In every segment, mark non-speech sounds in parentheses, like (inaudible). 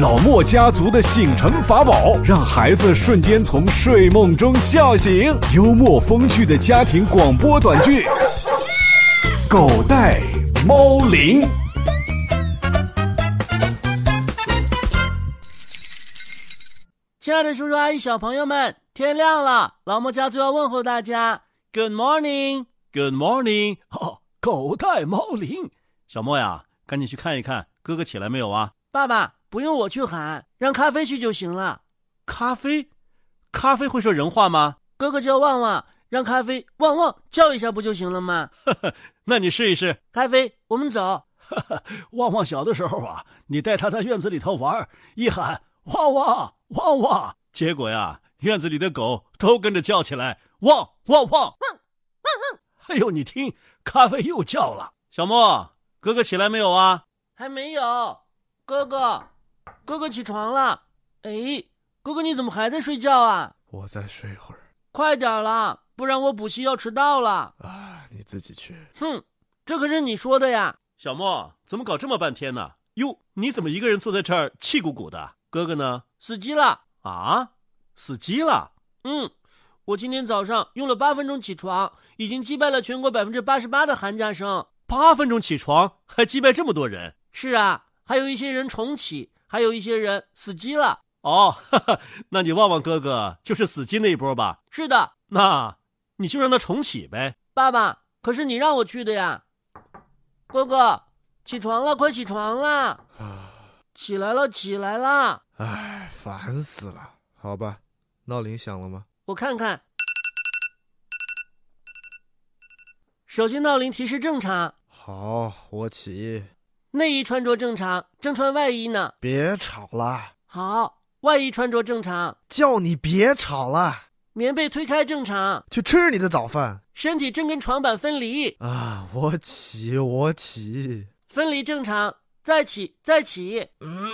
老莫家族的醒神法宝，让孩子瞬间从睡梦中笑醒。幽默风趣的家庭广播短剧，《狗带猫铃》。亲爱的叔叔阿姨、小朋友们，天亮了，老莫家族要问候大家。Good morning，Good morning。哦， (laughs) 狗带猫铃。小莫呀，赶紧去看一看哥哥起来没有啊？爸爸，不用我去喊，让咖啡去就行了。咖啡？咖啡会说人话吗？哥哥叫旺旺，让咖啡旺旺叫一下不就行了吗？ (laughs) 那你试一试。咖啡，我们 (laughs) 走。旺旺小的时候啊，你带他在院子里头玩，一喊旺旺旺旺，结果呀，院子里的狗都跟着叫起来旺旺旺。哎呦，你听，咖啡又叫了。小莫，哥哥起来没有啊？还没有。哥哥，哥哥起床了。哎，哥哥你怎么还在睡觉啊？我再睡会儿快点啦，不然我补习要迟到了。啊，你自己去。哼，这可是你说的呀！小莫，怎么搞这么半天呢？哟，你怎么一个人坐在这儿气鼓鼓的？哥哥呢？死机了啊！死机了？嗯，我今天早上用了八分钟起床，已经击败了全国百分之八十八的寒假生。八分钟起床还击败这么多人？是啊，还有一些人重启，还有一些人死机了。哦， (laughs) 哈哈，那你旺旺哥哥就是死机那一波吧？是的。那你就让他重启呗。爸爸，可是你让我去的呀。哥哥，起床了，快起床啦！起来了，起来啦！唉，哎烦死了。好吧，闹铃响了吗？我看看。手机闹铃提示正常，好，我起。内衣穿着正常，正穿外衣呢。别吵了，好，外衣穿着正常，叫你别吵了，棉被推开正常，去吃你的早饭身体正跟床板分离，啊！我起，我起。分离正常，再起，再起。嗯，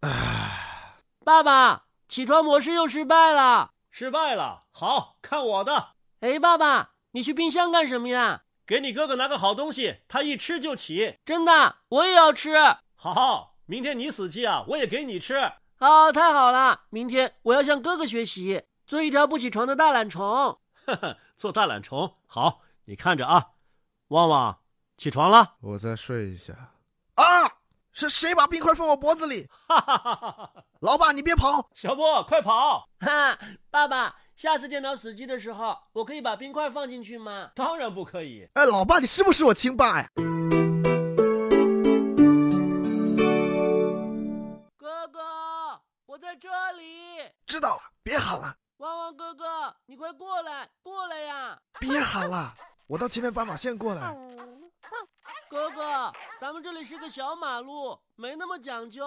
唉，爸爸，起床模式又失败了，失败了。好看我的。哎，爸爸，你去冰箱干什么呀？给你哥哥拿个好东西，他一吃就起。真的，我也要吃。好，明天你死机啊，我也给你吃。哦，太好了，明天我要向哥哥学习，做一条不起床的大懒虫。呵呵， (laughs) 做大懒虫，好，你看着啊。旺旺，起床了。我再睡一下。啊！是谁把冰块放我脖子里？哈哈哈哈哈。老爸，你别跑！小莫，快跑！ (laughs) 哈，爸爸，下次电脑死机的时候，我可以把冰块放进去吗？当然不可以。哎，老爸，你是不是我亲爸呀？哥哥，我在这里。知道了，别喊了，汪汪哥哥，你快过来，过来呀！别喊了，我到前面斑马线过哎来。哥哥，咱们这里是个小马路，没那么讲究。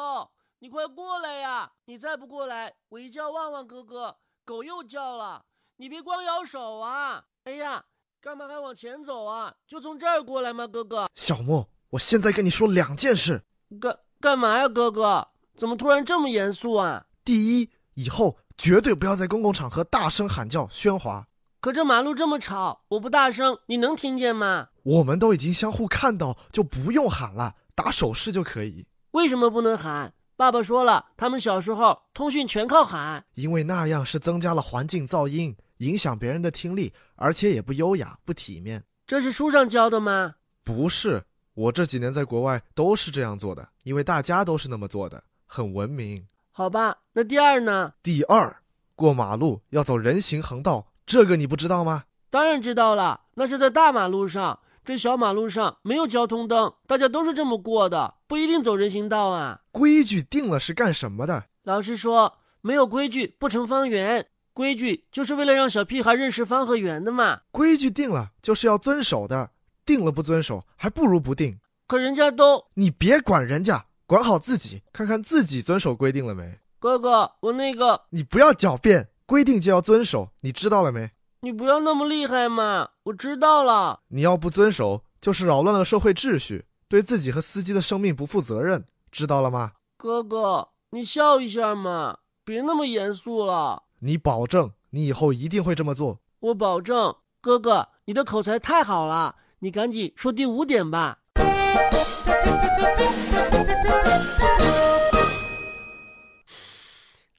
你快过来呀！你再不过来，我一叫旺旺哥哥，狗又叫了。你别光摇手啊！哎呀，干嘛还往前走啊？就从这儿过来吗，哥哥？小莫，我现在跟你说两件事。干干嘛呀，哥哥？怎么突然这么严肃啊？第一，以后绝对不要在公共场合大声喊叫喧哗。可这马路这么吵，我不大声，你能听见吗？我们都已经相互看到，就不用喊了，打手势就可以，为什么不能喊？爸爸说了，他们小时候通讯全靠喊。因为那样是增加了环境噪音，影响别人的听力，而且也不优雅、不体面。这是书上教的吗？不是，我这几年在国外都是这样做的，因为大家都是那么做的，很文明。好吧，那第二呢？第二，过马路要走人行横道，这个你不知道吗？当然知道了，那是在大马路上，这小马路上没有交通灯，大家都是这么过的，不一定走人行道啊。规矩定了是干什么的？老师说，没有规矩不成方圆，规矩就是为了让小屁孩认识方和圆的嘛。规矩定了就是要遵守的，定了不遵守，还不如不定。可人家都，你别管人家，管好自己，看看自己遵守规定了没。哥哥，我那个，你不要狡辩，规定就要遵守，你知道了没？你不要那么厉害嘛，我知道了。你要不遵守，就是扰乱了社会秩序，对自己和司机的生命不负责任，知道了吗？哥哥，你笑一下嘛，别那么严肃了。你保证，你以后一定会这么做。我保证，哥哥，你的口才太好了，你赶紧说第五点吧。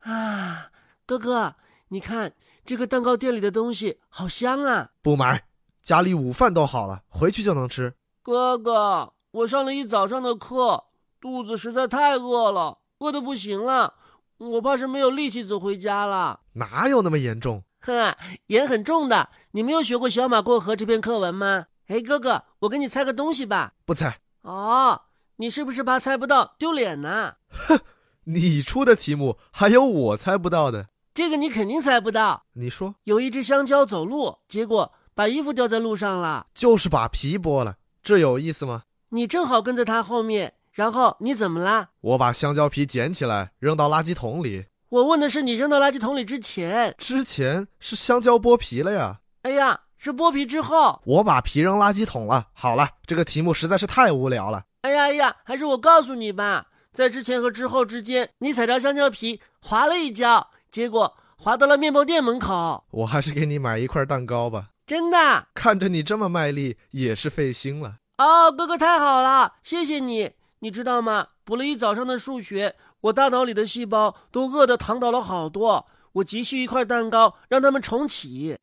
啊哥，你看这个蛋糕店里的东西好香啊！不买，家里午饭都好了，回去就能吃。哥哥，我上了一早上的课，肚子实在太饿了，饿的不行了，我怕是没有力气走回家了。哪有那么严重？哼，盐很重的，你没有学过《小马过河》这篇课文吗？哎，哥哥，我给你猜个东西吧。不猜，哦，你是不是怕猜不到丢脸呢？你出的题目还有我猜不到的。这个你肯定猜不到。你说，有一只香蕉走路，结果把衣服掉在路上了，就是把皮剥了，这有意思吗？你正好跟在它后面，然后你怎么啦？我把香蕉皮捡起来扔到垃圾桶里，我问的是你扔到垃圾桶里之前。之前是香蕉剥皮了呀。哎呀，是剥皮之后。我把皮扔垃圾桶了。好了，这个题目实在是太无聊了。哎呀哎呀，还是我告诉你吧，在之前和之后之间，你踩着香蕉皮滑了一跤，结果滑到了面包店门口。我还是给你买一块蛋糕吧。真的看着你这么卖力，也是费心了。哦，哥哥太好了，谢谢你。你知道吗？补了一早上的数学，我大脑里的细胞都饿得躺倒了好多。我急需一块蛋糕，让它们重启。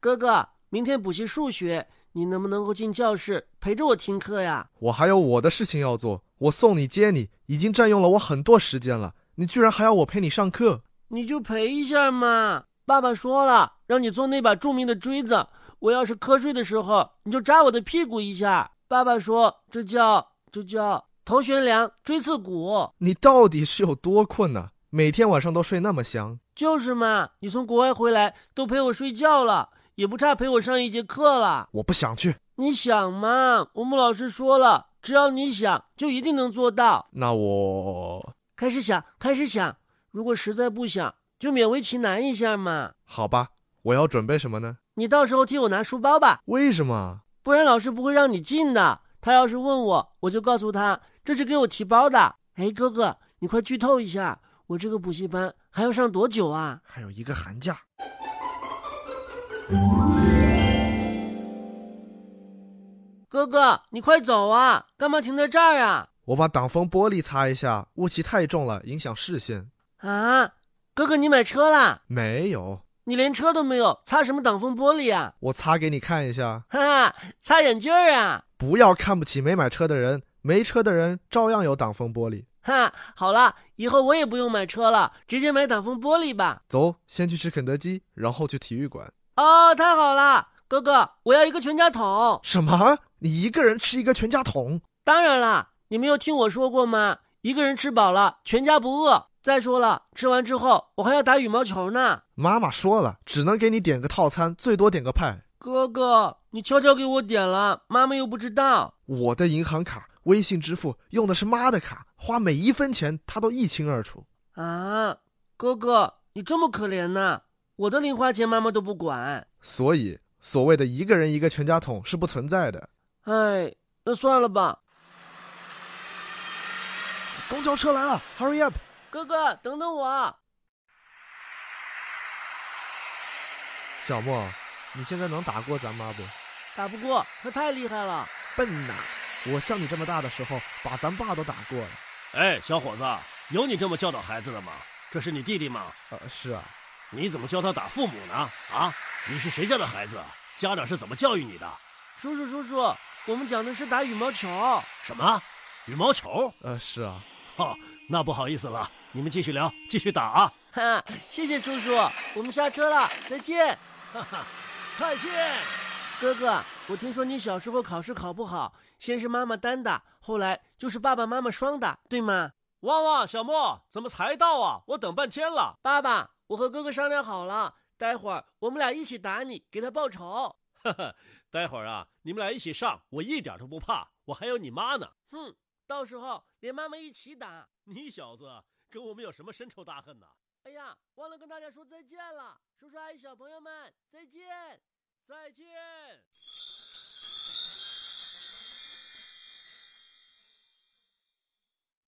哥哥，明天补习数学，你能不能够进教室陪着我听课呀？我还有我的事情要做，我送你接你已经占用了我很多时间了，你居然还要我陪你上课？你就陪一下嘛。爸爸说了，让你做那把著名的锥子，我要是瞌睡的时候，你就扎我的屁股一下。爸爸说这叫这叫头悬梁锥刺股，你到底是有多困呢、每天晚上都睡那么香，就是嘛。你从国外回来都陪我睡觉了，也不差陪我上一节课了。我不想去。你想嘛，我们老师说了，只要你想，就一定能做到。那我开始想，开始想，如果实在不想，就勉为其难一下嘛。好吧，我要准备什么呢？你到时候替我拿书包吧。为什么？啊不然老师不会让你进的。他要是问我，我就告诉他这是给我提包的。哎，哥哥，你快剧透一下，我这个补习班还要上多久啊？还有一个寒假。哥哥，你快走啊！干嘛停在这儿啊？我把挡风玻璃擦一下，雾气太重了，影响视线。啊，哥哥，你买车啦？没有，你连车都没有，擦什么挡风玻璃啊？我擦给你看一下。哈哈，擦眼镜儿啊！不要看不起没买车的人，没车的人照样有挡风玻璃。哈，好了，以后我也不用买车了，直接买挡风玻璃吧。走，先去吃肯德基，然后去体育馆。哦，太好了，哥哥，我要一个全家桶。什么？你一个人吃一个全家桶？当然啦，你没有听我说过吗？一个人吃饱了，全家不饿。再说了，吃完之后我还要打羽毛球呢。妈妈说了，只能给你点个套餐，最多点个派。哥哥，你悄悄给我点了，妈妈又不知道。我的银行卡、微信支付用的是妈的卡，花每一分钱她都一清二楚。啊，哥哥，你这么可怜呐、我的零花钱妈妈都不管。所以，所谓的一个人一个全家桶是不存在的。哎，那算了吧。公交车来了，Hurry up！哥哥，等等我。小莫，你现在能打过咱妈不？打不过他太厉害了。笨呐！我像你这么大的时候，把咱爸都打过了。哎，小伙子，有你这么教导孩子的吗？这是你弟弟吗？呃，是啊，你怎么教他打父母呢？啊，你是谁家的孩子？家长是怎么教育你的？叔叔，叔叔，我们讲的是打羽毛球。什么？羽毛球？呃，是啊。哦，那不好意思了，你们继续聊，继续打啊！哈，谢谢叔叔，我们下车了，再见。哈哈，再见。哥哥，我听说你小时候考试考不好，先是妈妈单打，后来就是爸爸妈妈双打，对吗？旺旺，小莫，怎么才到啊？我等半天了。爸爸，我和哥哥商量好了，待会儿我们俩一起打你，给他报仇。哈哈，待会儿啊，你们俩一起上，我一点都不怕，我还有你妈呢。哼，到时候连妈妈一起打。 (laughs) 你小子啊跟我们有什么深仇大恨呢？哎呀，忘了跟大家说再见了，叔叔阿姨、小朋友们，再见，再见。